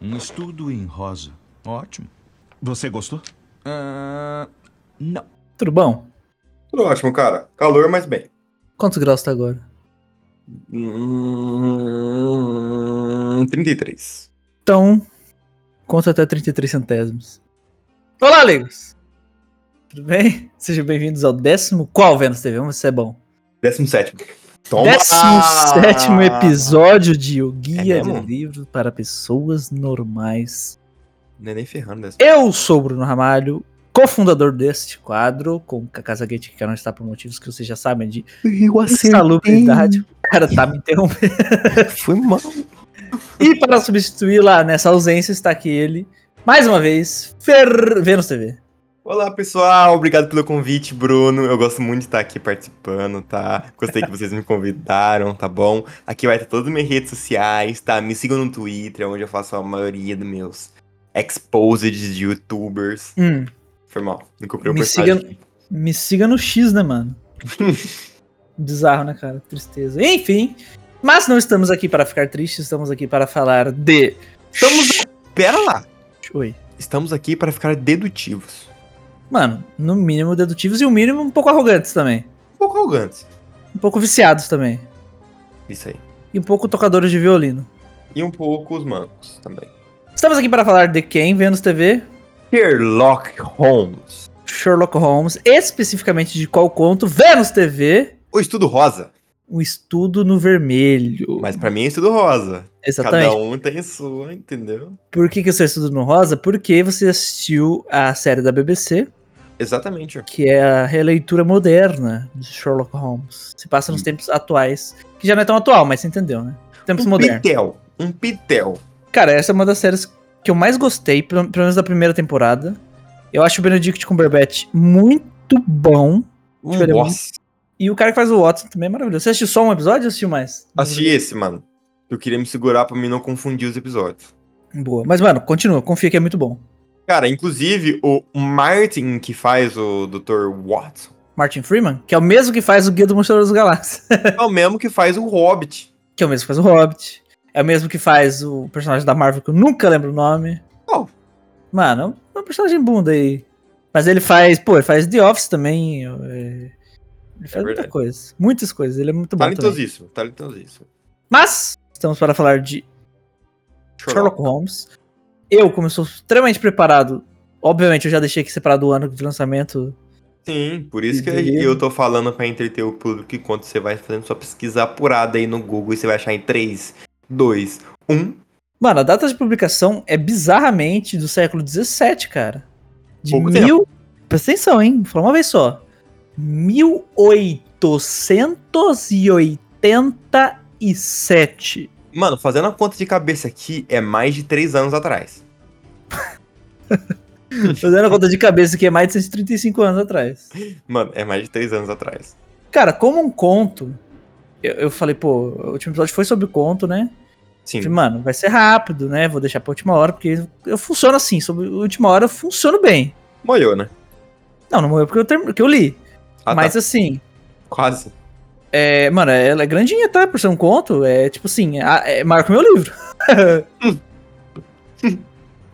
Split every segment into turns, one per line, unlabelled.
Um estudo em rosa. Ótimo.
Você gostou?
Ah, não.
Tudo bom?
Tudo ótimo, cara. Calor, mas bem.
Quantos graus tá agora?
Hum, 33.
Então, conta até 33 centésimos. Olá, amigos! Tudo bem? Sejam bem-vindos ao décimo qual, Vênus TV? Vamos ver se é bom.
17. Toma!
Décimo sétimo episódio de O Guia
É
do
mesmo?
Livro para Pessoas Normais.
Não é nem ferrando dessa.
Eu sou o Bruno Ramalho, cofundador deste quadro, com Cacá Zaguete, que não está por motivos que vocês já sabem de
Eu
insalubridade. O cara tá me interrompendo.
É, Foi mal.
E para substituí-la nessa ausência está aqui ele, mais uma vez, Fer... Vênus TV.
Olá, pessoal. Obrigado pelo convite, Bruno. Eu gosto muito de estar aqui participando, tá? Gostei que vocês me convidaram, tá bom? Aqui vai estar todas as minhas redes sociais, tá? Me sigam no Twitter, onde eu faço a maioria dos meus exposed de youtubers.
Hum,
Foi mal. Não comprei o
Me
personagem.
me siga no X, né, mano? Bizarro, né, cara? Tristeza. Enfim, mas não estamos aqui para ficar tristes, estamos aqui para falar de...
Estamos. Pera lá.
Oi.
Estamos aqui para ficar dedutivos.
Mano, no mínimo dedutivos e o mínimo um pouco arrogantes também.
Um pouco arrogantes.
Um pouco viciados também.
Isso aí.
e um pouco tocadores de violino.
E um pouco os mancos também.
Estamos aqui para falar de quem? Vênus TV,
Sherlock Holmes.
Sherlock Holmes, especificamente de qual conto? Vênus TV,
O estudo rosa.
um estudo no vermelho.
Mas pra mim é estudo rosa.
Exatamente.
Cada um tem sua, entendeu?
Por que, que você estudo no rosa? Porque você assistiu a série da BBC,
Exatamente.
que é a releitura moderna de Sherlock Holmes. Se passa nos
Hum.
tempos atuais, que já não é tão atual, mas você entendeu, né? Tempos
Um
modernos.
pitel. Um pitel.
Cara, essa é uma das séries que eu mais gostei, pelo pelo menos da primeira temporada. Eu acho o Benedict Cumberbatch muito bom.
Um
Tipo, ele é
boss.
E o cara que faz o Watson também é maravilhoso. Você assistiu só um episódio ou assistiu mais?
Assisti esse, mano. Eu queria me segurar pra mim não confundir os episódios.
Boa. Mas, mano, continua. Confia que é muito bom.
Cara, inclusive, o Martin que faz o Dr. Watson
Martin Freeman, que é o mesmo que faz o Guia do Mochileiro das Galáxias.
é o mesmo que faz o Hobbit.
que é o mesmo que faz o Hobbit. É o mesmo que faz o personagem da Marvel, que eu nunca lembro o nome.
Qual?
Mano, é um personagem bunda aí. Mas ele faz, pô, ele faz The Office também. é, Ele faz muita
verdade.
coisa. Muitas coisas. Ele é muito bom também.
Talentosíssimo, talentosíssimo.
Mas, estamos para falar de Sherlock Holmes. Eu, como eu sou extremamente preparado, obviamente eu já deixei aqui separado o ano de lançamento
Sim, por isso que
Entendeu?
eu tô falando pra entreter o público enquanto você vai fazendo sua pesquisa apurada aí no Google e você vai achar em um. 3, 2, 1.
Mano, a data de publicação é bizarramente do século XVII, cara. De
Pouco
mil. Presta atenção, hein? Vou falar uma vez só. 1887.
Mano, fazendo a conta de cabeça aqui é mais de 3 anos atrás.
Fazendo a conta de cabeça que é mais de 135 anos atrás.
Mano, é mais de 3 anos atrás.
Cara, como um conto. Eu, eu falei, pô, o último episódio foi sobre conto, né?
Sim.
Falei, mano, vai ser rápido, né? Vou deixar pra última hora, porque eu funciono assim. Sobre a última hora, eu funciono bem.
Molhou, né?
Não, não morreu porque eu, term... porque eu li.
Ah,
Mas
tá.
assim.
Quase.
É, mano, ela é grandinha, tá? Por ser um conto, é tipo assim, a- é, marca o meu livro.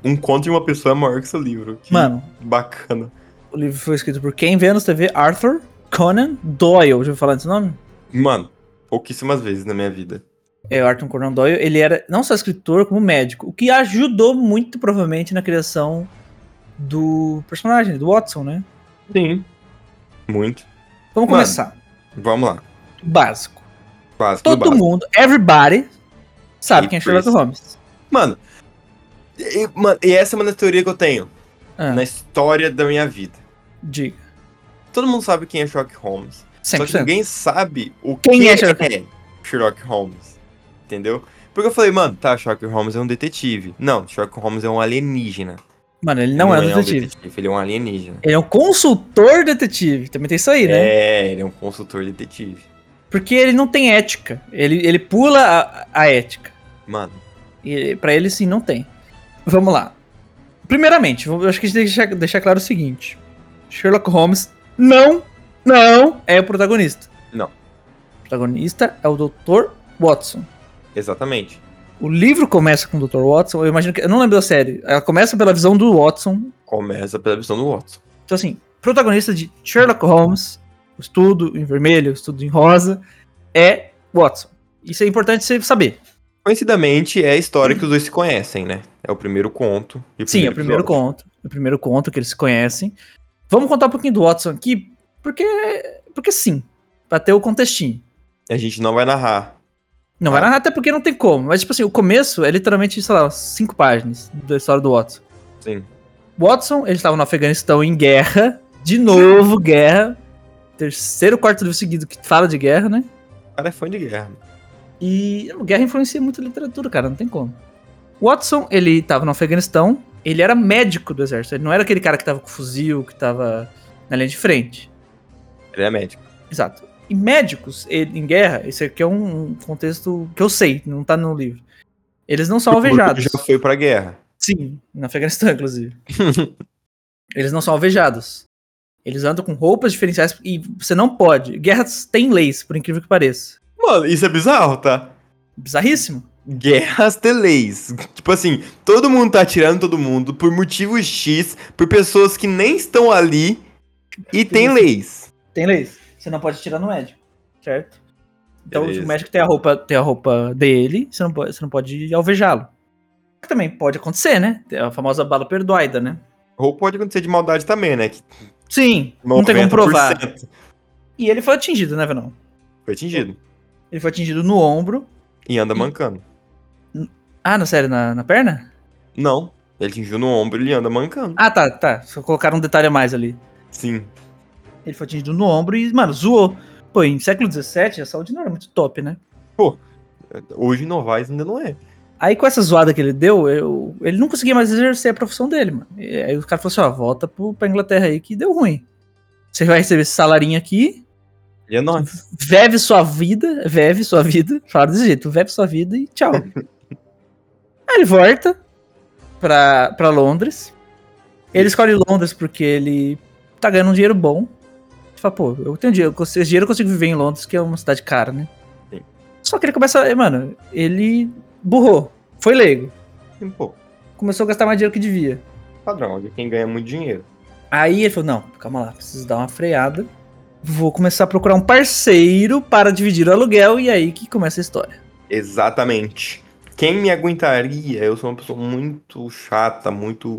Um conto de uma pessoa é maior que seu livro. Que
Mano,
Bacana.
o livro foi escrito por Ken Vênus TV, Arthur Conan Doyle. Já ouviu falar desse nome?
Mano, pouquíssimas vezes na minha vida.
É, o Arthur Conan Doyle, ele era não só escritor, como médico, o que ajudou muito, provavelmente, na criação do personagem, do Watson, né?
Sim. Muito.
Vamos
Mano.
começar.
Vamos lá.
Básico.
Quase. tudo
Todo
básico.
mundo, everybody, sabe
E
quem é Sherlock
Percy.
Holmes.
Mano, e, mano, e essa é uma das teorias que eu tenho
Ah,
na história da minha vida.
Diga.
Todo mundo sabe quem é Sherlock Holmes. Só que
100%.
ninguém sabe o
Quem
que
é Sherlock
Sherlock Holmes. Entendeu? Porque eu falei, mano, tá, Sherlock Holmes é um detetive. Não, Sherlock Holmes é um alienígena.
Mano, ele não, é um detetive.
Ele é um alienígena.
Ele é um consultor detetive. Também tem isso aí, né?
É, ele é um consultor detetive.
Porque ele não tem ética. Ele, ele pula a, a ética.
Mano,
E para ele, sim, não tem. Vamos lá. Primeiramente, vou- eu acho que a gente tem que deixar, deixar claro o seguinte: Sherlock Holmes não, não é o protagonista.
Não.
O protagonista é o Dr. Watson.
exatamente.
O O livro começa com o Dr. Watson. Eu imagino que. Eu não lembro da série. Ela começa pela visão do Watson,
Começa pela visão do Watson.
Então, assim, protagonista de Sherlock Holmes, o estudo em vermelho, o estudo em rosa, é Watson. Isso é importante você saber.
Coincidamente, é a história que os dois se conhecem, né? É o primeiro conto. e o
Sim, é o primeiro
episódio.
conto. É o primeiro conto que eles se conhecem. Vamos contar um pouquinho do Watson aqui, porque, porque sim, pra ter o contextinho.
A gente não vai narrar.
Não vai narrar até porque não tem como, mas tipo assim, o começo é literalmente, sei lá, cinco páginas da história do Watson.
Sim.
Watson, eles estavam no Afeganistão em guerra, de novo guerra, terceiro, quarto livro seguido que fala de guerra, né?
O cara é fã de guerra.
E não, guerra influencia muito a literatura, cara, não tem como. Watson, ele tava no Afeganistão, ele era médico do exército, ele não era aquele cara que tava com fuzil, que tava na linha de frente.
Ele é médico.
Exato. E médicos ele- em guerra, esse aqui é um um contexto que eu sei, não tá no livro. Eles não são alvejados.
Já foi pra guerra.
Sim, no Afeganistão, inclusive. Eles não são alvejados. Eles andam com roupas diferenciais e você não pode. Guerras têm leis, por incrível que pareça.
Mano, isso é bizarro, tá?
Bizarríssimo.
Guerras de leis. Tipo assim, todo mundo tá atirando todo mundo por motivo X, por pessoas que nem estão ali e tem leis.
Tem leis. Você não pode tirar no médico, certo? Então
Beleza.
o médico tem a roupa, tem a roupa dele, você não pode, você não pode alvejá-lo. Que Também pode acontecer, né? Tem a famosa bala perdoada, né?
Ou pode acontecer de maldade também, né? Que
Sim, não tem como provar.
90%
E ele foi atingido, né, Venom?
Foi atingido.
Ele foi atingido no ombro.
E anda mancando.
Ah, não, sério, na, na perna?
Não. Ele atingiu no ombro e ele anda mancando.
Ah, tá, tá. Só colocaram um detalhe a mais ali.
Sim.
Ele foi atingido no ombro e, mano, zoou. Pô, em século XVII a saúde não era muito top, né?
Hoje em Novaes ainda não é.
Aí com essa zoada que ele deu, eu- ele não conseguia mais exercer a profissão dele, mano. E aí o cara falou assim, ó, volta pro, pra Inglaterra aí que deu ruim. Você vai receber esse salarinho aqui,
Ele é nóis.
veve sua vida, veve sua vida, fala desse jeito, veve sua vida e tchau. aí ele volta pra, pra Londres. Ele escolhe Londres porque ele tá ganhando um dinheiro bom. Ele fala, pô, eu tenho dinheiro, eu consigo- esse dinheiro eu consigo viver em Londres, que é uma cidade cara, né?
Sim.
Só que ele começa, mano, ele burrou, foi leigo
Tipo assim, Pô,
começou a gastar mais dinheiro que devia.
padrão, de quem ganha muito dinheiro.
Aí ele falou: não, calma lá, preciso dar uma freada. Vou começar a procurar um parceiro para dividir o aluguel, e é aí que começa a história.
Exatamente. Quem me aguentaria? Eu sou uma pessoa muito chata, muito.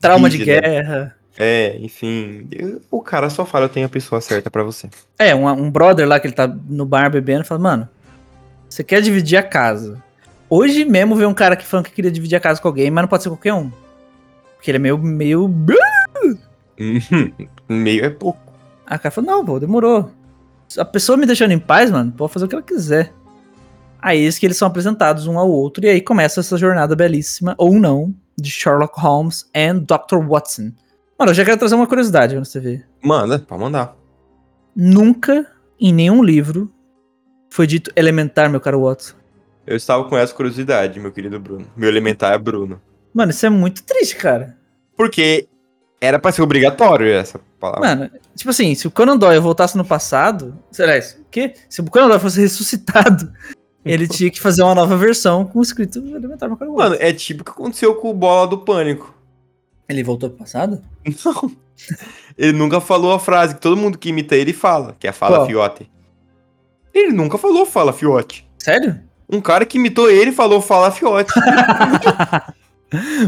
Trauma de
rígida.
guerra.
É, enfim. eu- o cara só fala, eu tenho a pessoa certa pra você.
É, um, um brother lá que ele tá no bar bebendo fala: mano, você quer dividir a casa. Hoje mesmo veio um cara que falando que queria dividir a casa com alguém, mas não pode ser qualquer um. Porque ele é meio. meio.
Meio é pouco.
A cara falou, não, pô, demorou. A pessoa me deixando em paz, mano, pode fazer o que ela quiser. Aí eis que eles são apresentados um ao outro, e aí começa essa jornada belíssima, ou não, de Sherlock Holmes and Dr. Watson. Mano, eu já quero trazer uma curiosidade pra você ver.
Manda, pode mandar.
Nunca, em nenhum livro, foi dito elementar, meu caro Watson.
Eu estava com essa curiosidade, meu querido Bruno. Meu elementar é Bruno.
Mano, isso é muito triste, cara.
Porque era pra ser obrigatório essa palavra.
Mano, tipo assim, se o Conan Doyle voltasse no passado, será isso? O quê? Se o Conan Doyle fosse ressuscitado, ele tinha que fazer uma nova versão com escrito elementar, meu caro Watson.
Mano, é tipo o que aconteceu com o Bola do Pânico.
Ele voltou pro passado?
Não. Ele nunca falou a frase que todo mundo que imita ele fala, que é fala
Qual?
fiote. Ele nunca falou fala fiote.
Sério?
Um cara que imitou ele falou fala fiote.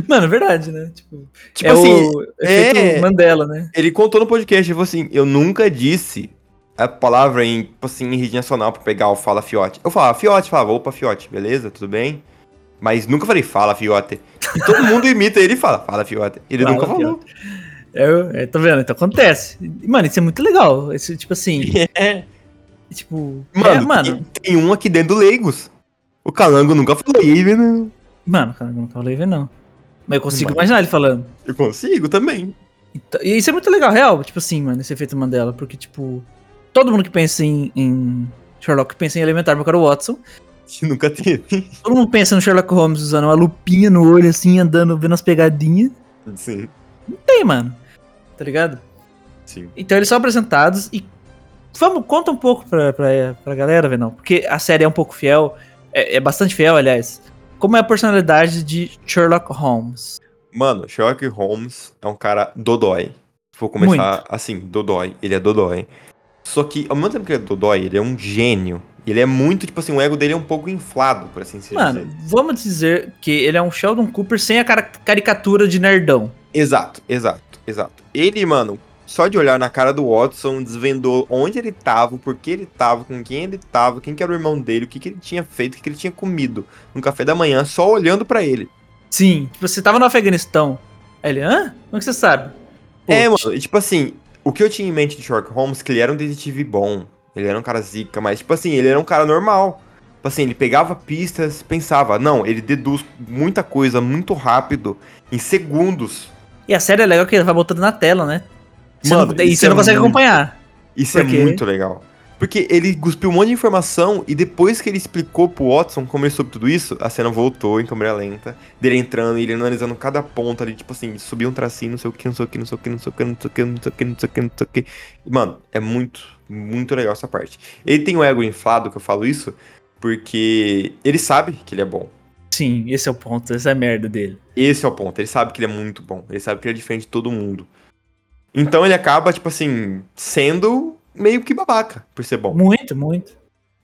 Mano, é verdade, né? Tipo,
tipo
é
assim,
o efeito
é.
Mandela, né?
ele contou no podcast, ele falou assim, eu nunca disse a palavra em, tipo assim, em rede nacional pra pegar o fala fiote. Eu falava fiote, falava, opa fiote, beleza, tudo bem? Mas nunca falei fala fiote. E todo mundo imita ele e fala fala fiote. Ele
Fala,
nunca falou.
É, é, tá vendo? Então acontece. E, Mano, isso é muito legal. Esse, tipo assim,
É.
tipo.
Mano,
é, mano.
e tem um aqui dentro do Leigos. O Calango nunca falou ele, né?
Mano, cara, eu nunca falei ver, não. Mas eu consigo
Mano.
imaginar ele falando.
Eu consigo também.
Então, E isso é muito legal, real, tipo assim, mano, esse efeito Mandela. Porque, tipo, todo mundo que pensa em, em Sherlock pensa em Elementar, meu caro Watson.
Que nunca teve.
Todo mundo pensa no Sherlock Holmes usando uma lupinha no olho, assim, andando, vendo as pegadinhas.
Sim,
Tem, mano. Tá ligado?
sim.
Então eles são apresentados e. Vamos, conta um pouco pra, pra, pra galera, Venão. Porque a série é um pouco fiel. É, é bastante fiel, aliás. Como é a personalidade de Sherlock Holmes?
Mano, Sherlock Holmes é um cara dodói. Vou começar assim, dodói. Ele é dodói. Só que, ao mesmo tempo que ele é dodói, ele é um gênio. Ele é muito, tipo assim, o ego dele é um pouco inflado, por assim se
Mano,
dizer.
vamos dizer que ele é um Sheldon Cooper sem a cara- caricatura de nerdão.
Exato, exato, exato. Ele, mano, só de olhar na cara do Watson, desvendou onde ele tava, por que ele tava, com quem ele tava, quem que era o irmão dele, o que, que ele tinha feito, o que, que ele tinha comido no café da manhã, só olhando pra ele.
Sim, tipo, você tava no Afeganistão. Aí ele, hã? Como é que você sabe? Pô,
É, mano, e, tipo assim, o que eu tinha em mente de Sherlock Holmes, que ele era um detetive bom, ele era um cara zica, mas, tipo assim, ele era um cara normal. Tipo assim, ele pegava pistas, pensava, não, ele deduz muita coisa muito rápido, em segundos.
E a série é legal que ele vai botando na tela, né? Você
Mano,
não, e
isso
você não
é
consegue
muito-
acompanhar.
Isso
Por quê?
é muito legal. Porque ele cuspiu um monte de informação e depois que ele explicou pro Watson como ele soube tudo isso, a cena voltou em câmera lenta, dele entrando e ele analisando cada ponta ali, tipo assim, subiu um tracinho, não sei o que, não sei o que, não sei o que, não sei o que, não sei o que, não sei o que, não sei o que, não sei o que. Mano, é muito, muito legal essa parte. Ele tem um ego inflado, que eu falo isso, porque ele sabe que ele é bom.
Sim, esse é o ponto, essa é a merda dele.
Esse é o ponto. Ele sabe que ele é muito bom. Ele sabe que ele é diferente de todo mundo. Então ele acaba, tipo assim, sendo meio que babaca por ser bom.
Muito, muito.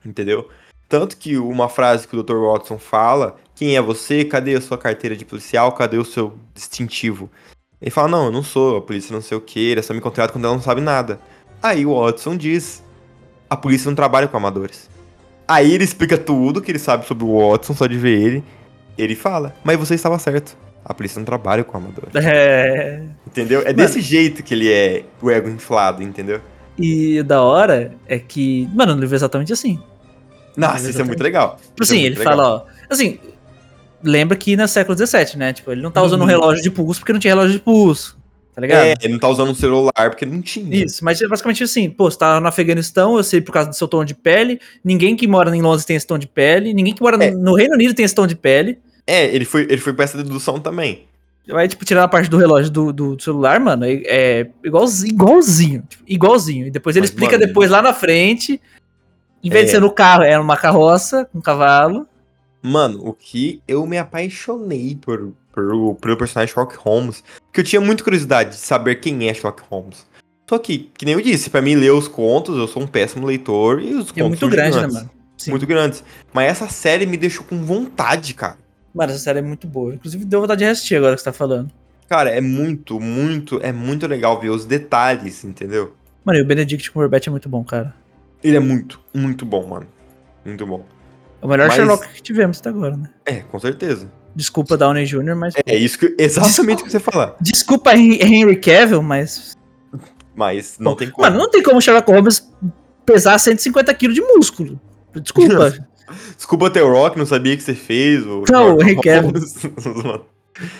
Entendeu? Tanto que uma frase que o Dr. Watson fala: Quem é você? Cadê a sua carteira de policial? Cadê o seu distintivo? Ele fala: Não, eu não sou, a polícia não sei o que, eles só me contratam quando ela não sabe nada. Aí o Watson diz: A polícia não trabalha com amadores. Aí ele explica tudo que ele sabe sobre o Watson, só de ver ele. Ele fala: Mas você estava certo. A polícia não trabalha com amadores.
É,
Entendeu? É
Mano.
desse jeito que ele é o ego inflado, entendeu?
E o da hora é que. Mano, no livro é exatamente assim.
Nossa, isso é muito legal.
Tipo assim, ele fala, ó. Assim, lembra que na século XVII, né? Tipo, ele não tá usando um
Uhum.
relógio de pulso porque não tinha relógio de pulso. Tá ligado?
É, ele não tá usando o celular porque não tinha.
Isso, mas é basicamente assim, pô, você tá no Afeganistão, eu sei por causa do seu tom de pele, ninguém que mora em Londres tem esse tom de pele, ninguém que mora
É.
no Reino Unido tem esse tom de pele.
É, ele foi, ele foi pra essa dedução também.
Vai, tipo, tirar a parte do relógio do, do celular, mano, é, é igualzinho, igualzinho, tipo, igualzinho. E depois ele
Mas,
explica
mano,
depois lá na frente, em vez de
É.
ser no carro, era uma carroça, um cavalo.
Mano, o que eu me apaixonei por, por, pelo personagem Sherlock Holmes. Porque eu tinha muita curiosidade de saber quem é Sherlock Holmes. Só que, que nem eu disse, pra mim ler os contos, eu sou um péssimo leitor e os
É
contos
muito
são
grande, né,
gigantes,
mano? Sim.
Muito grandes. Mas essa série me deixou com vontade, cara.
Mano, essa série é muito boa. Inclusive, deu vontade de assistir agora que você tá falando.
Cara, é muito, muito, é muito legal ver os detalhes, entendeu?
Mano, e o Benedict Cumberbatch é muito bom, cara.
Ele é muito, muito bom, mano. Muito bom.
É o melhor
Mas-
Sherlock que tivemos até agora, né?
É, com certeza.
Desculpa, Downey Jr., mas.
É isso que exatamente o que você falar.
Desculpa, Hen- Henry Cavill, mas.
Mas não
Bom,
tem como.
Mano, não tem como o Sherlock Holmes pesar 150 kg de músculo. Desculpa.
Desculpa, The Rock, não sabia que você fez. O
Não,
Sherlock
o Henry Cavill.
Holmes. Mano.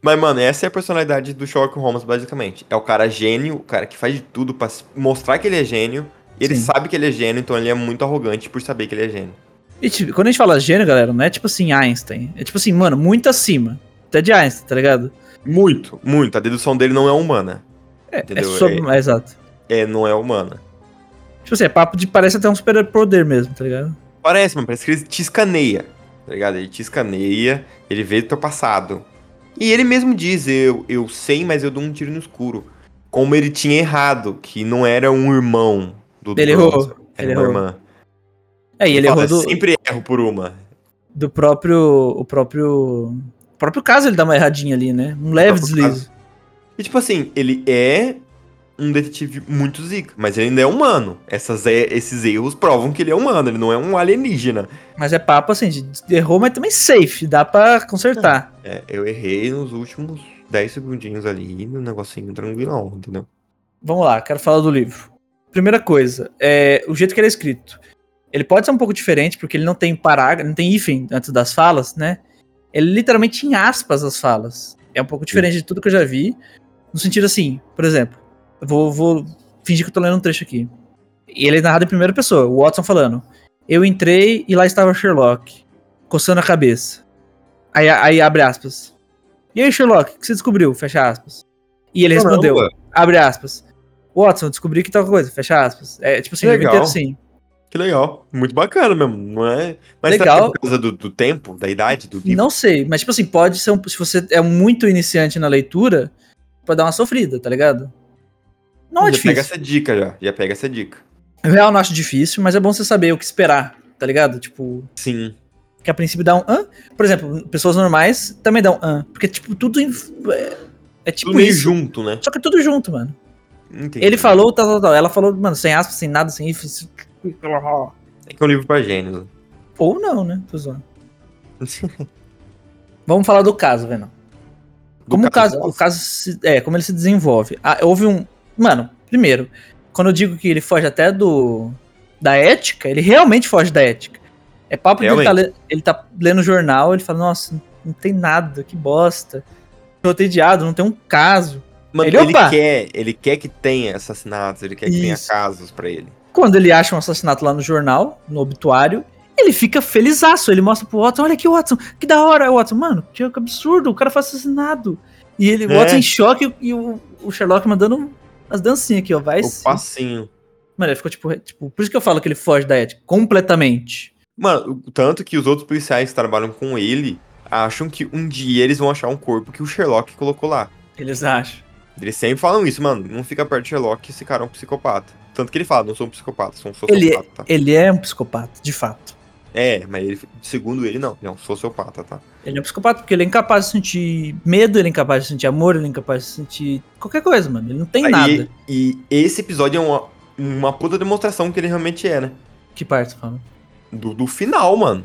Mas, mano, essa é a personalidade do Sherlock Holmes, basicamente. É o cara gênio, o cara que faz de tudo pra s- mostrar que ele é gênio. E ele
Sim.
sabe que ele é gênio, então ele é muito arrogante por saber que ele é gênio.
E, tipo, quando a gente fala gênio, galera, não é tipo assim Einstein. É tipo assim, mano, muito acima. Até de Einstein, tá ligado?
Muito, muito. A dedução dele não é humana.
É, é
Entendeu?
sobre. é, exato.
É, não é humana.
Tipo assim, é papo de. Parece até um super poder mesmo, tá ligado?
Parece, mano, parece que ele te escaneia, tá ligado? Ele te escaneia, ele vê teu passado. E ele mesmo diz, eu, eu sei, mas eu dou um tiro no escuro. Como ele tinha errado, que não era um irmão do
Ele
do
errou,
Bronson, Era
ele
uma
errou.
irmã.
É, e ele
fala,
errou do,
Sempre erro por uma.
do próprio. O próprio. O próprio caso ele dá uma erradinha ali, né? Um leve
próprio
deslize.
E tipo assim, ele é um detetive muito zica, mas ele ainda é humano. Essas, é- esses erros provam que ele é humano, ele não é um alienígena.
Mas é papo assim, de errou, mas também safe, dá pra consertar.
É, eu errei nos últimos 10 segundinhos ali, no negocinho tranquilão, entendeu?
Vamos lá, quero falar do livro. Primeira coisa, é o jeito que ele é escrito. Ele pode ser um pouco diferente, porque ele não tem parágrafo, não tem hífen antes das falas, né? Ele literalmente em aspas as falas. É um pouco diferente de tudo que eu já vi. No sentido assim, por exemplo, eu vou, vou fingir que eu tô lendo um trecho aqui. E ele é narrado em primeira pessoa, o Watson falando. Eu entrei e lá estava Sherlock, coçando a cabeça. Aí, aí abre aspas. E aí, Sherlock, o que você descobriu? Fecha aspas. E ele respondeu
Caramba.
abre aspas. Watson, descobri que tal coisa, fecha aspas. É tipo assim, o livro
Legal.
inteiro assim.
Que legal. Muito bacana mesmo, não é? Mas será que
Legal.
é por causa do, do tempo, da idade, do livro?
Não sei, mas tipo assim, pode ser um. Se você é muito iniciante na leitura, pode dar uma sofrida, tá ligado? Não é
já pega
difícil.
essa dica já. Já pega essa dica.
Eu real não acho difícil, mas é bom você saber o que esperar, tá ligado? Tipo,
Sim.
que a princípio dá um hã. Por exemplo, pessoas normais também dão hã. Porque, tipo, tudo. em- É, é tipo
Tudo meio
isso.
junto, né?
Só que é tudo junto, mano.
Entendi.
Ele falou, tal, tal, tal. Ela falou, mano, sem aspas, sem nada, sem if. isso-
É que é um livro pra gênios.
Ou não, né? Tô zoando. Vamos falar do caso, Venom.
Do
Como o caso, o caso se- é, como ele se desenvolve. Ah, houve um, mano, primeiro, quando eu digo que ele foge até do da ética, ele realmente foge da ética. É papo de ele tá, le- ele tá lendo o jornal, ele fala: "Nossa, não tem nada, que bosta. Tô entediado, não tem um caso".
Mano,
Ele,
ele,
opa!
quer, ele quer que tenha assassinatos, ele quer que tenha
Isso.
casos pra ele.
Quando ele acha um assassinato lá no jornal, no obituário, ele fica felizaço. Ele mostra pro Watson: olha aqui, Watson, que da hora, Aí o Watson. Mano, que que absurdo, o cara foi assassinado. E ele, o
É.
Watson em choque e o, o Sherlock mandando as dancinhas aqui, ó. Vai
o
sim.
passinho.
Mano, ele ficou tipo, re- tipo. Por isso que eu falo que ele foge da ética completamente.
Mano, o- tanto que os outros policiais que trabalham com ele acham que um dia eles vão achar um corpo que o Sherlock colocou lá.
Eles acham.
Eles sempre falam isso, mano. Não fica perto de Sherlock, esse cara é um psicopata. Tanto que ele fala, não sou um psicopata, sou um
Ele-
sociopata. tá?
Ele é um psicopata, de fato.
É, mas ele, segundo ele, não. Ele é um sociopata, tá?
Ele é um psicopata porque ele é incapaz de sentir medo, ele é incapaz de sentir amor, ele é incapaz de sentir qualquer coisa, mano. Ele não tem
Aí-
nada.
E esse episódio é uma, uma puta demonstração que ele realmente é, né?
Que parte, fala?
Do, do final, mano.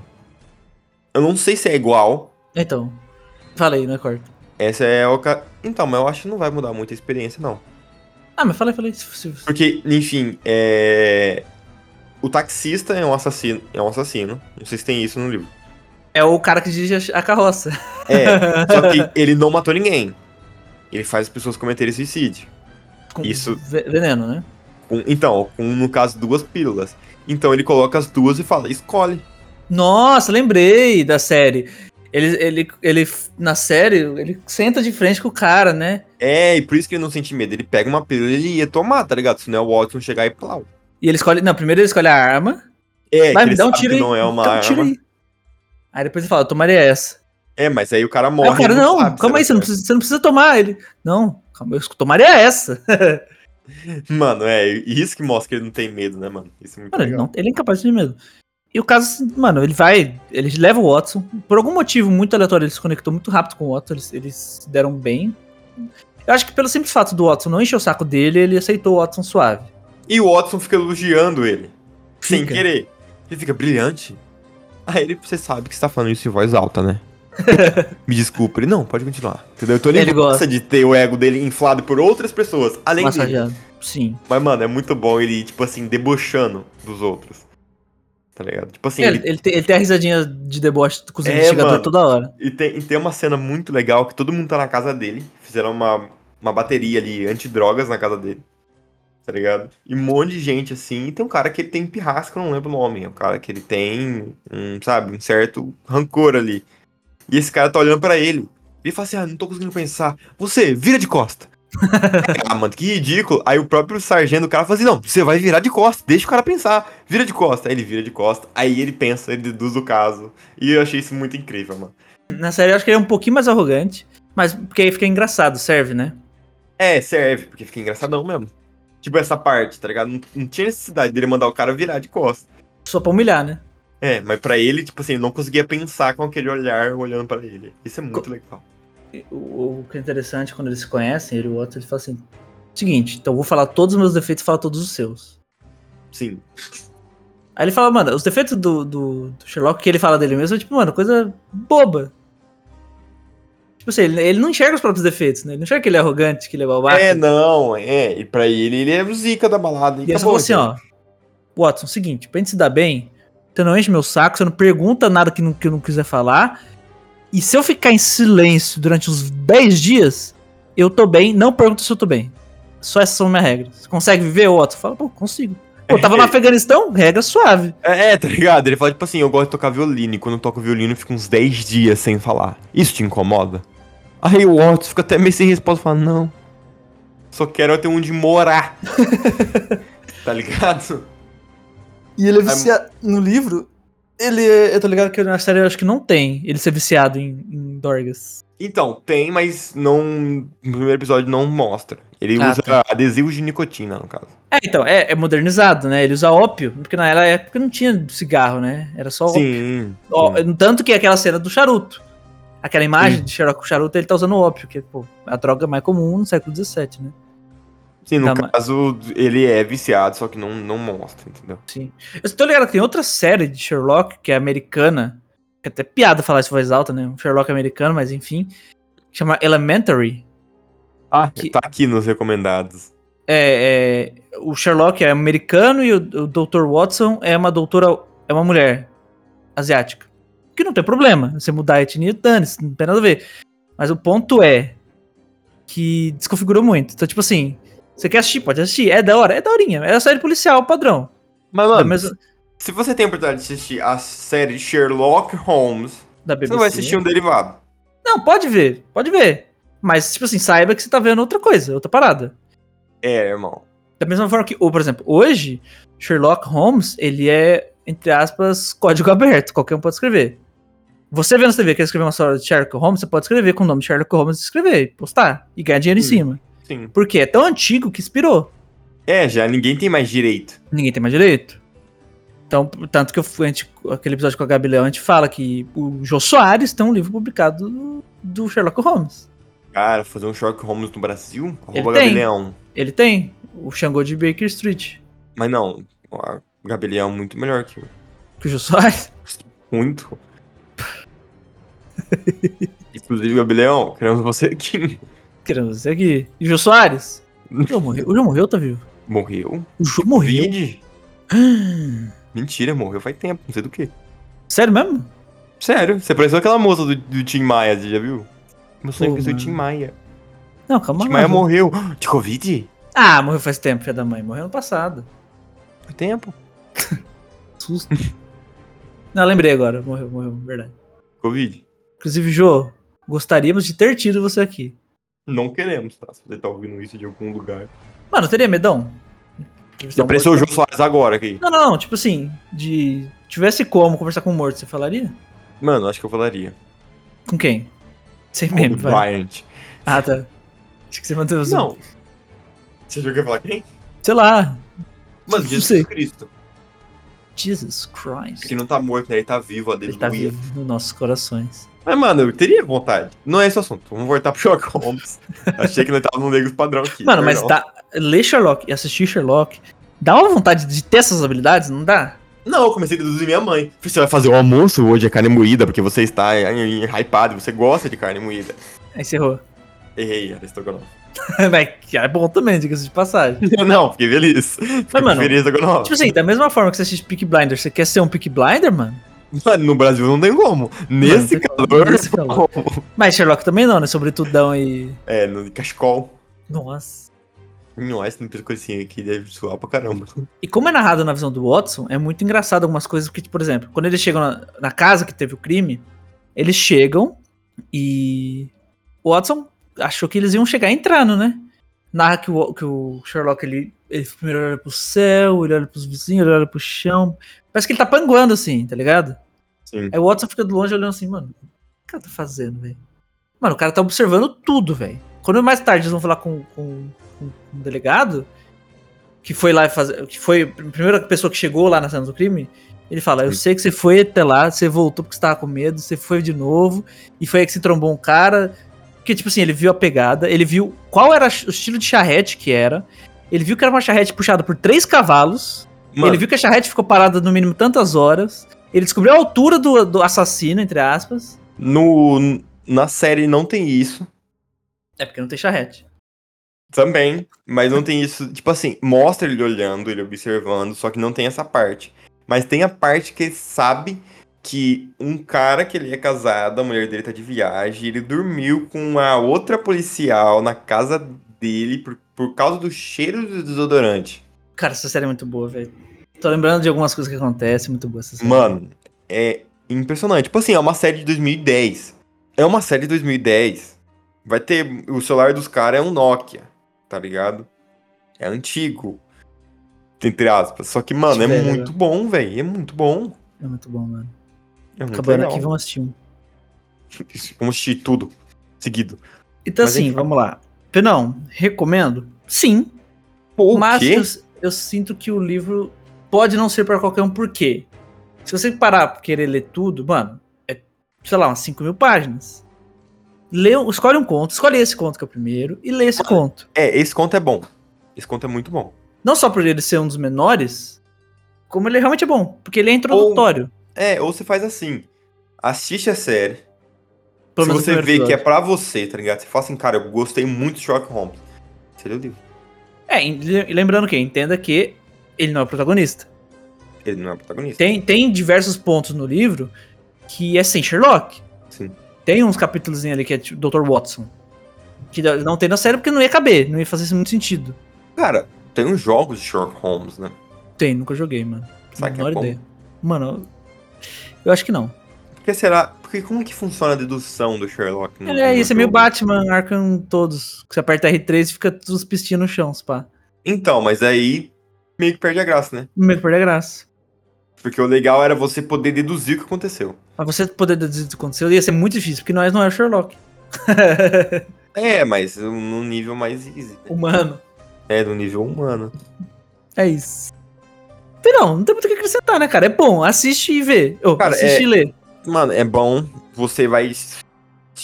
Eu não sei se é igual.
Então, fala aí, não é corta.
Essa é a oca... Então, mas eu acho que não vai mudar muito a experiência, não.
Ah, mas falei, falei. Se, se,
Porque, enfim, é. O taxista é um assassino. É um assassino. Não sei se tem isso no livro.
É o cara que dirige a a carroça.
É. só que ele não matou ninguém. Ele faz as pessoas cometerem suicídio.
Com
Isso.
ve- Veneno, né?
Com- então, com, no caso, duas pílulas. Então ele coloca as duas e fala, escolhe.
Nossa, lembrei da série. Ele, ele, ele, na série, ele senta de frente com o cara, né?
É, e por isso que ele não sente medo. Ele pega uma pílula e ele ia tomar, tá ligado? Se não é o Watson chegar e plau.
E ele escolhe. Não, primeiro ele escolhe a arma.
É, que
Vai,
ele
me dá um
sabe
tiro
que
aí.
não é uma
dá um tiro
arma.
aí. Aí depois ele fala, eu tomaria essa.
É, mas aí o cara
Aí
morre.
o Ah, cara,
ele
não,
sabe,
calma aí, você
será
não, precisa, você não precisa tomar. Ele, não, calma, eu tomaria essa.
que é? Mano, é, e isso que mostra que ele não tem medo, né, mano? Isso é muito
Mano, ele,
legal.
não, ele é incapaz de medo. E o caso, mano, ele vai. Ele leva o Watson. Por algum motivo muito aleatório, ele se conectou muito rápido com o Watson. Eles, eles se deram bem. Eu acho que pelo simples fato do Watson não encher o saco dele, ele aceitou o Watson suave.
E o Watson fica elogiando ele. Sem
Fica.
querer. Ele fica brilhante. Aí ele, você sabe que você tá falando isso em voz alta, né? Me desculpa. Ele, não, pode continuar. Entendeu? Então ele,
Ele
gosta de ter o ego dele inflado por outras pessoas, além dele.
Massageado. Sim.
Mas, mano, é muito bom ele, tipo assim, debochando dos outros. Tá ligado? Tipo assim,
É,
ele,
ele, tem, ele tem a risadinha de deboche com os
É,
investigadores
mano.
toda hora.
e tem, e tem uma cena muito legal que todo mundo tá na casa dele. Fizeram uma, uma bateria ali, antidrogas na casa dele. Tá ligado? E um monte de gente, assim. E tem um cara que ele tem pirrasca, eu não lembro o nome. É um cara que ele tem, um, sabe, um certo rancor ali. E esse cara tá olhando pra ele. Ele fala assim, ah, não tô conseguindo pensar. Você, vira de costa. ah, mano, que ridículo. Aí o próprio sargento, o cara fala assim, não, você vai virar de costa. Deixa o cara pensar. Vira de costa. Aí ele vira de costa. Aí ele pensa, ele deduz o caso. E eu achei isso muito incrível, mano.
Na série, eu acho que ele é um pouquinho mais arrogante. Mas porque aí fica engraçado, serve, né?
É, serve, porque fica engraçadão mesmo. Tipo essa parte, tá ligado? Não, não tinha necessidade dele mandar o cara virar de costas.
Só pra humilhar, né?
É, mas pra ele, tipo assim, ele não conseguia pensar com aquele olhar olhando pra ele. Isso é muito legal.
o, o que é interessante quando eles se conhecem, ele e o outro, ele fala assim: seguinte, então eu vou falar todos os meus defeitos e falar todos os seus.
Sim.
Aí ele fala, mano, os defeitos do, do, do Sherlock que ele fala dele mesmo é tipo, mano, coisa boba. Tipo assim, ele, ele não enxerga os próprios defeitos, né? Ele não enxerga que ele é arrogante, que ele é babaca.
É, não, é. E pra ele, ele é o zica da balada.
e ele só falou assim, ó. Watson, seguinte, pra gente se dar bem, você não enche meu saco, você não pergunta nada que, não, que eu não quiser falar. E se eu ficar em silêncio durante uns 10 dias, eu tô bem, não pergunta se eu tô bem. Só essas são minhas regras. Você consegue viver, Watson? Fala, pô, consigo. Pô, tava no Afeganistão, regra suave.
É, é, tá ligado? Ele fala, tipo assim, eu gosto de tocar violino. E quando eu toco violino, eu fico uns 10 dias sem falar. Isso te incomoda? Aí o Otto fica até meio sem resposta. Fala, não. um Só quero ter onde morar. tá ligado?
E ele é viciado. No livro, ele é. Eu tô ligado que na série eu acho que não tem ele ser viciado em, em Dorgas.
Então, tem, mas não. No primeiro episódio não mostra. Ele
Ah,
usa
tá.
adesivo de nicotina, no caso.
É, então, é, é modernizado, né? Ele usa ópio, porque naquela época não tinha cigarro, né? Era só ópio.
Sim.
Ó, tanto que aquela cena do charuto. Aquela imagem de Sherlock com charuto, ele tá usando ópio, que pô, é a droga mais comum no século XVII, né?
Sim, no
Tá, mas-
caso, ele é viciado, só que não, não mostra, entendeu?
Eu tô ligado que tem outra série de Sherlock, que é americana, que é até piada falar isso em voz alta, né? Um Sherlock americano, mas enfim, que chama Elementary.
Ah,
que-
tá aqui nos recomendados.
É, é, o Sherlock é americano e o, o Dr. Watson é uma doutora, é uma mulher asiática. Que não tem problema, você mudar a etnia, dane-se, não tem nada a ver. Mas o ponto é que desconfigurou muito. Então, tipo assim, você quer assistir, pode assistir, é da hora, é daorinha, é a série policial padrão.
Mas, mano,
Mas
se você tem a oportunidade de assistir a série Sherlock Holmes,
da
você
BBC.
não vai assistir um derivado.
Não, pode ver, pode ver. Mas, tipo assim, saiba que você tá vendo outra coisa, outra parada.
É, irmão.
Da mesma forma que, ou, por exemplo, hoje, Sherlock Holmes, ele é, entre aspas, código aberto, qualquer um pode escrever. Você vendo TV quer escrever uma história de Sherlock Holmes, você pode escrever com o nome de Sherlock Holmes e escrever, e postar e ganhar dinheiro em
Hum.
cima.
Sim.
Porque é tão antigo que inspirou.
É, já ninguém tem mais direito.
Ninguém tem mais direito. Então, tanto que eu fui, a gente- aquele episódio com a Gabi Leão, a gente fala que o Jô Soares tem um livro publicado do- do Sherlock Holmes.
Cara, fazer um Sherlock Holmes no Brasil? Arroba
tem.
Gabilhão.
Ele tem o Xangô de Baker Street.
Mas não, a Gabilhão é muito melhor que eu.
Que o Jô Soares.
Muito. Inclusive, Gabilhão, queremos você aqui.
Queremos dizer aqui. E o Jô Soares? O Jô morreu, o Jô morreu tá vivo?
Morreu?
O Jô morreu?
Covid? Mentira, morreu faz tempo, não sei do que.
Sério mesmo?
Sério, você pareceu aquela moça do, do Tim Maia, você já viu? Meu sonho
Pô,
é que o
mano.
Tim Maia.
Não, calma
Tim Maia
lá. Jô.
morreu. De Covid?
Ah, morreu faz tempo, filha da mãe. Morreu no passado.
Faz tempo.
Susto. Não, lembrei agora. Morreu, morreu, verdade.
Covid?
Inclusive, Jô, gostaríamos de ter tido você aqui.
Não queremos, tá? Se você tá ouvindo isso de algum lugar.
Mano, teria medão?
Já apareceu o Jô Soares agora aqui.
Não, não, não. Tipo assim, de. Tivesse como conversar com o morto, você falaria?
Mano, acho que eu falaria.
Com quem? Sem
Com
meme,
o
vai.
Bryant.
Ah, tá. Acho que você manteve o
Não. Você achou que eu ia falar quem?
Sei lá.
Mano,
Não
Jesus
sei.
Cristo.
Jesus Christ.
Que não tá morto, né? Ele tá vivo, a
Ele tá vivo nos nossos corações.
Mas, mano, eu teria vontade. Não é esse o assunto. Vamos voltar pro Sherlock Holmes. Achei que nós tava num negro padrão aqui. tá
Mano, mas tá-
perdão.
dá, ler Sherlock e assistir Sherlock dá uma vontade de ter essas habilidades, não dá?
Não, eu comecei a deduzir minha mãe. Falei, Você vai fazer o almoço hoje, é carne moída, porque você está em- em- hypado, você gosta de carne moída.
Aí você errou.
Errei, era estrogonofe.
Mas que é bom também, diga-se de passagem.
Não, fiquei feliz. Fiquei
mano,
feliz estrogonofe.
Tipo assim, da mesma forma que você assiste Peak Blinder, você quer ser um Peak Blinder, mano?
Mano, no Brasil não tem como. Nesse
não tipo, tem como,
calor,
um nesse
não
calor.
tem como.
Mas Sherlock também não, né? Sobretudão e.
É, no cachecol.
Nossa.
Nossa, no pescocinho aqui assim, deve suar pra caramba.
E como é narrado na visão do Watson, é muito engraçado algumas coisas, porque, por exemplo, quando eles chegam na, na casa que teve o crime, eles chegam e. O Watson achou que eles iam chegar entrando, né? Narra que o, que o Sherlock ele, ele primeiro olha pro céu, ele olha pros vizinhos, ele olha pro chão. Parece que ele tá panguando assim, tá ligado?
Sim.
Aí o Watson fica do longe olhando assim, mano, o que o cara tá fazendo, velho? Mano, o cara tá observando tudo, velho. Quando mais tarde eles vão falar com, com, com um delegado, que foi lá fazer. que foi a primeira pessoa que chegou lá na cena do crime, ele fala: Eu
Sim.
sei que você foi até lá, você voltou porque você tava com medo, você foi de novo, e foi aí que se trombou um cara. Porque, tipo assim, ele viu a pegada, ele viu qual era o estilo de charrete que era. Ele viu que era uma charrete puxada por três cavalos.
Mano,
Ele viu que a charrete ficou parada no mínimo tantas horas. Ele descobriu a altura do, do assassino, entre aspas.
no, na série não tem isso.
É porque não tem charrete.
Também, mas não tem isso. Tipo assim, mostra ele olhando, ele observando, só que não tem essa parte. Mas tem a parte que ele sabe que um cara que ele é casado, a mulher dele tá de viagem, ele dormiu com a outra policial na casa dele por, por causa do cheiro do desodorante.
Cara, essa série é muito boa, velho. Tô lembrando de algumas coisas que acontecem, muito boa essa série.
Mano, é impressionante. Tipo assim, é uma série de 2010. É uma série de 2010. Vai ter. O celular dos caras é um Nokia, tá ligado? É antigo. entre aspas. Só que, mano, é
Velho.
muito bom, velho. É muito bom.
É muito bom, mano.
É muito
Acabando
legal.
aqui, vamos assistir um.
Vamos assistir tudo seguido.
Então,
Mas
assim,
enfim.
vamos lá. Não, recomendo? Sim.
Por
mas
quê?
eu, eu sinto que o livro pode não ser para qualquer um, por quê? Se você parar pra querer ler tudo, mano, é, sei lá, umas 5 mil páginas. Lê, um- escolhe um conto, escolhe esse conto que é o primeiro e lê esse conto.
É, esse conto é bom. Esse conto é muito bom.
Não só por ele ser um dos menores, como ele realmente é bom, porque ele é introdutório.
É, ou você faz assim. Assiste a série.
pelo
se
menos no
você
primeiro
vê que é
episódio.
pra você, tá ligado? Você fala assim, cara, eu gostei muito de Sherlock Holmes. Você lê o livro.
É, e le- e lembrando que, entenda que ele não é o protagonista.
Ele não é o protagonista.
Tem, tem diversos pontos no livro que é sem Sherlock.
Sim.
Tem uns capítulos ali que é tipo Dr. Watson. Que da- não tem na série porque não ia caber, não ia fazer muito sentido.
Cara, tem uns jogos de Sherlock Holmes, né?
Tem, nunca joguei, mano.
Será que é
Menor
bom?
ideia. Mano, eu, eu acho que não.
Porque será? Porque como que funciona a dedução do Sherlock? no-
é,
no
isso é meio
jogo?
Batman, Arkham todos. Que você aperta R3 e fica todos os pistinhos no chão, pá.
Então, mas aí meio que perde a graça, né?
Meio que perde a graça.
Porque o legal era você poder deduzir o que aconteceu.
Mas você poder deduzir o que aconteceu ia ser muito difícil, porque nós não é o Sherlock.
É, mas num nível mais easy. né?
Humano.
É, num nível humano.
É isso. Então, Não, não tem muito o que acrescentar, né, cara? É bom, assiste e vê. Ô,
Cara,
assiste
é-
e lê.
Mano, é bom. Você vai. se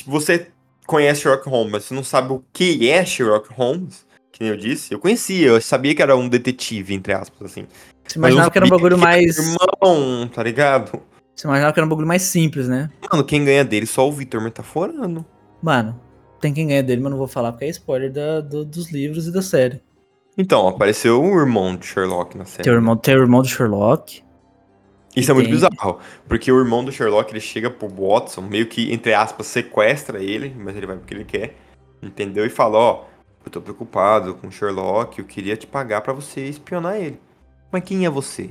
Você conhece Sherlock Holmes, mas você não sabe o que é Sherlock Holmes. Que nem eu disse. Eu conhecia, eu sabia que era um detetive, entre aspas, assim.
Você imaginava
não
que era um
sabia
bagulho
que era
mais.
Irmão, tá ligado?
Você imaginava que era um bagulho mais simples, né?
Mano, quem ganha dele? Só o Victor tá metaforando.
Mano, tem quem ganha dele, mas não vou falar porque é spoiler da- do- dos livros e da série.
Então, apareceu o irmão de Sherlock na série.
Tem o irmão, tem o irmão do Sherlock.
Isso é muito
Tem.
bizarro, porque o irmão do Sherlock ele chega pro Watson, meio que, entre aspas, sequestra ele, mas ele vai porque ele quer, entendeu? E fala: Ó, eu tô preocupado com o Sherlock, eu queria te pagar pra você espionar ele. Mas quem é você?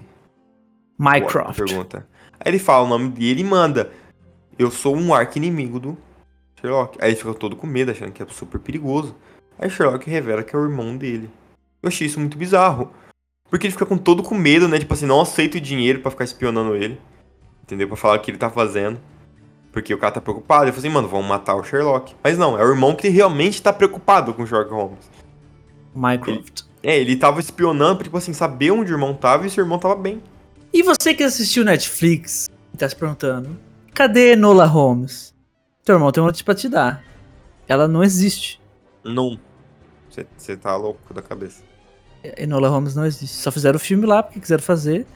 O Watson
Mycroft.
Pergunta. Aí ele fala o nome dele e manda: Eu sou um arco-inimigo do Sherlock. Aí ele fica todo com medo, achando que é super perigoso. Aí o Sherlock revela que é o irmão dele. Eu achei isso muito bizarro. Porque ele fica com todo com medo, né? Tipo assim, não aceita o dinheiro pra ficar espionando ele. Entendeu? Pra falar o que ele tá fazendo. Porque o cara tá preocupado. Ele fala assim, mano, vão matar o Sherlock. Mas não, é o irmão que realmente tá preocupado com o Sherlock Holmes.
Mycroft.
É, ele tava espionando pra, tipo assim, saber onde o irmão tava e se o irmão tava bem.
E você que assistiu Netflix e tá se perguntando: cadê Nola Holmes? Teu irmão tem uma notícia pra te dar. Ela não existe.
Não. Você tá louco da cabeça.
Enola Holmes não existe. Só fizeram o filme lá porque quiseram fazer.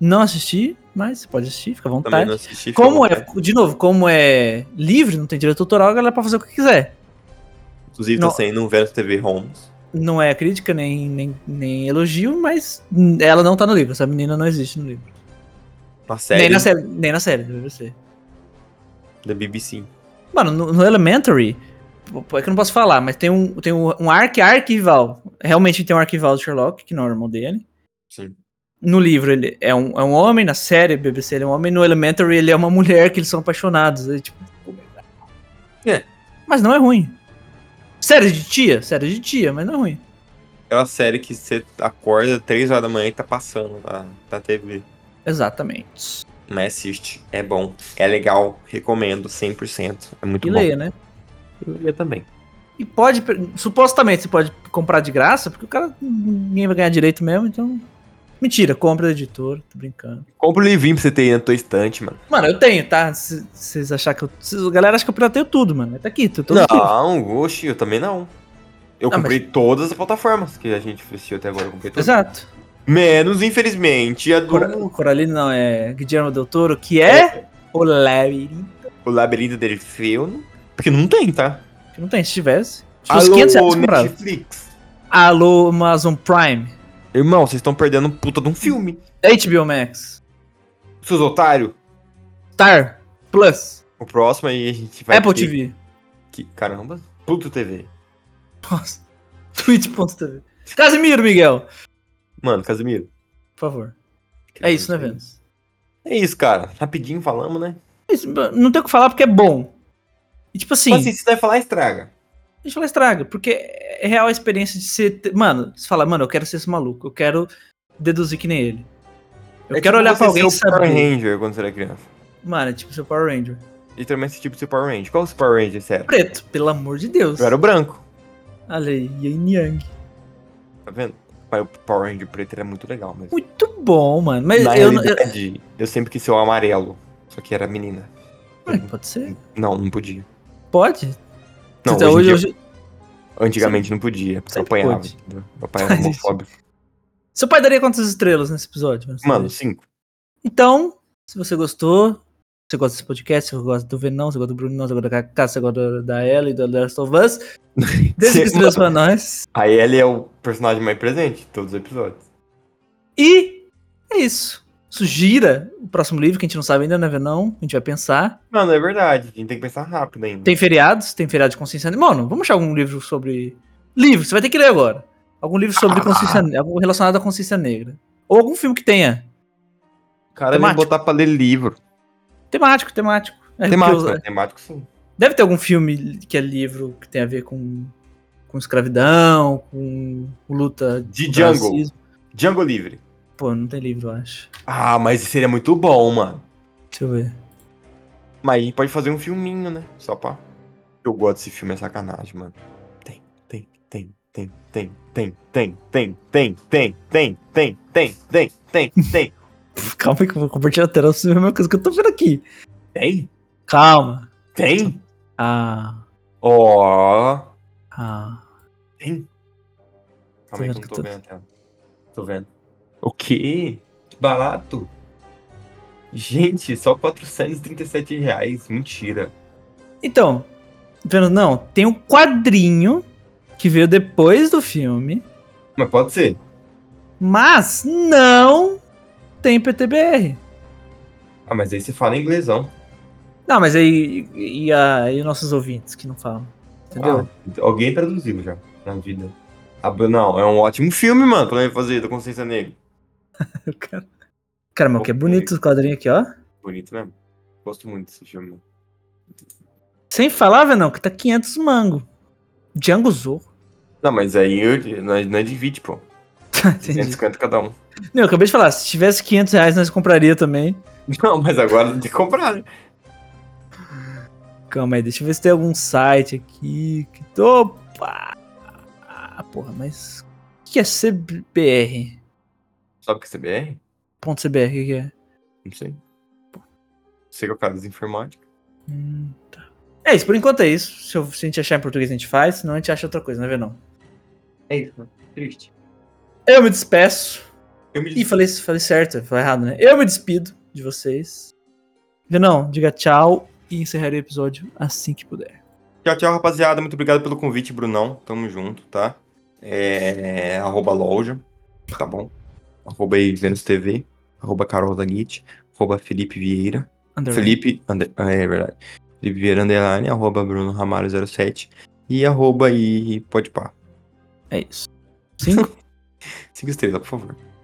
Não assisti, mas você pode assistir, fica à
Também
vontade.
não assisti. né? fica à
Tá? Como é,
vontade.
de novo, como é livre, não tem direito autoral, a galera pode fazer o que quiser.
Inclusive,
não-
tá saindo um verso TV Holmes.
Não é crítica, nem, nem, nem elogio, mas ela não tá no livro. Essa menina não existe no livro.
Uma série
Nem na série. Nem na série, pra você.
da BBC.
Mano, no, no Elementary, pô, é que eu não posso falar, mas tem um, tem um, um arc arquival. Realmente tem um arquival do Sherlock, que não é o irmão dele.
Sim.
No livro ele é um, é um homem, na série BBC ele é um homem, no Elementary ele é uma mulher que eles são apaixonados. Aí, tipo,
É.
Mas não é ruim. Série de tia? Série de tia, mas não é ruim.
É uma série que você acorda 3 horas da manhã e tá passando na, na TV.
Exatamente.
Mas assiste, é bom, é legal, recomendo 100%. É muito
E
bom.
leia, né?
Eu leia também.
E pode, per- supostamente, você pode comprar de graça, porque o cara ninguém vai ganhar direito mesmo, então. Mentira, compra da editora, tô brincando.
Compra o livrinho pra você ter aí na tua estante, mano.
Mano, eu tenho, tá? Se vocês acharem que eu. Se, a galera acha que eu pirateio tudo, mano. Tá aqui, tô todo aqui. Ah,
Não, oxi, eu também não. Eu
Não,
comprei todas as plataformas que a gente assistiu até agora. Eu comprei todas.
Exato.
Menos, infelizmente, a do
Cora- Coraline não, é Guillermo del Toro, que é o labirinto.
O Labirinto del Fauno. Porque não tem, tá?
Não tem, se tivesse. Se fosse 500 Tipo, reais, eu comprava.
Netflix.
Alô, Amazon Prime.
Irmão, vocês estão perdendo um puta de um filme.
HBO Max.
Seus otários.
Star Plus.
O próximo aí a gente vai.
Apple
ter
TV.
que- caramba. Pluto TV.
Nossa. Twitch.tv. Casimiro, Miguel.
Mano, Casimiro.
Por favor. É isso, né, Vênus?
É isso, cara. Rapidinho falamos, né?
É isso, Não tem o que falar porque é bom. E tipo assim,
Mas assim, se você vai falar, estraga.
a gente fala estraga, porque é real a experiência de ser. Mano, você fala, mano, eu quero ser esse maluco, eu quero deduzir que nem ele. Eu
É
quero
tipo
olhar pra
você
alguém e
ser o Power
saber.
Ranger quando você era criança.
Mano, é tipo seu Power Ranger. É
Literalmente esse tipo de Power Ranger. Qual o Power Ranger você era?
Preto, pelo amor de Deus.
Eu era o branco.
Olha aí, Yin Yang.
Tá vendo? Mas o Power Ranger preto era muito legal mesmo.
Muito bom, mano. Mas
Na
eu, não- eu-
realidade, eu... sempre quis ser o amarelo. Só que era menina.
Ué, Ah, Pode ser?
Não, não podia.
Pode.
Não,
Até
hoje em
Então, hoje,
dia-
hoje-
antigamente não podia, porque eu
sempre
apanhava.
pôde.
entendeu? Meu pai era homofóbico.
Seu pai daria quantas estrelas nesse episódio? Não sei.
Mano, cinco.
Então, se você gostou, se você gosta desse podcast, se você gosta do Venão, se você gosta do Bruno, se você gosta da Cacá, se você gosta da Ellie, da Last of Us, dê
Cê-
cinco estrelas pra nós.
A Ellie é o personagem mais presente de todos os episódios.
E é isso. Sugira o próximo livro, que a gente não sabe ainda, né, Venão? A gente vai pensar.
Mano, é verdade. A gente tem que pensar rápido ainda.
Tem feriados, tem feriado de consciência animal. Mano, vamos achar algum livro sobre. Livro, você vai ter que ler agora. Algum livro
Ah.
sobre consciência negra, algum relacionado à consciência negra. Ou algum filme que tenha.
Cara, vem
temático.
botar pra ler livro.
Temático, temático. É, porque
Temático,
eu-
né? Temático sim.
Deve ter algum filme que é livro que tem a ver com, com escravidão, com luta
De
contra
Django.
racismo.
Django Livre.
Pô, não tem livro, eu acho.
Ah, mas seria muito bom, mano.
Deixa eu ver.
Mas a gente pode fazer um filminho, né? Só pra. Eu gosto desse filme, é sacanagem, mano. Tem, tem, tem, tem, tem, tem, tem, tem, tem, tem, tem, tem, tem, tem, tem, tem.
Pff, Calma aí que eu vou compartilhar a tela pra você ver a mesma coisa que eu tô vendo aqui.
Tem?
Calma.
Tem?
Ah,
Ó.
ah.
Tem? Calma aí que
vendo
eu não tô
que eu
vendo a tela. Tô vendo. O quê? Que barato! Gente, só 437 reais. Mentira.
Então, vendo, não, tem um quadrinho que veio depois do filme,
Mas pode ser.
mas não tem PTBR.
Ah, mas aí você fala inglesão.
Não, mas aí e, e a- e nossos ouvintes que não falam. Entendeu?
Ah, alguém traduziu já na vida. Ah, não, é um ótimo filme, mano, pra eu fazer da Consciência Negra.
Eu quero- Cara, mas que é bonito o quadrinho aqui, ó.
Bonito mesmo. Gosto muito desse filme. mano.
Sem falar, Venão, que tá 500 mango. Django Zorro.
Não, é, mas aí eu, nós, nós divide, pô.
Entendi.
150 cada um.
Não, eu acabei de falar, se tivesse 500 reais, nós compraria também.
Não, mas agora tem que comprar, né?
Calma aí, deixa eu ver se tem algum site aqui. Que... Opa! Ah, porra, mas... O que que é CBR?
Sabe o que é CBR?
Ponto .cbr, o que que é?
Não sei. Sei que é o cara dos informáticos.
Hum, tá. É isso, por enquanto é isso. Se, eu- se a gente achar em português, a gente faz. Senão a gente acha outra coisa, né, Venão?
É isso, mano. Triste.
Eu me despeço.
Eu me
Ih, falei, falei certo, falei errado, né? Eu me despido de vocês. Não, diga tchau e encerrarei o episódio assim que puder.
Tchau, tchau, rapaziada. Muito obrigado pelo convite, Brunão. Tamo junto, tá? É... Arroba loja, tá bom? Arroba aí Vênus TV. Arroba Carol Zanetti. Arroba Felipe Vieira.
Underline.
Felipe... Ander- ah, É verdade. Felipe Vieira Underline. Arroba Bruno Ramalho 07. E arroba aí Podpá.
É isso. Cinco?
Cinco estrelas, por favor.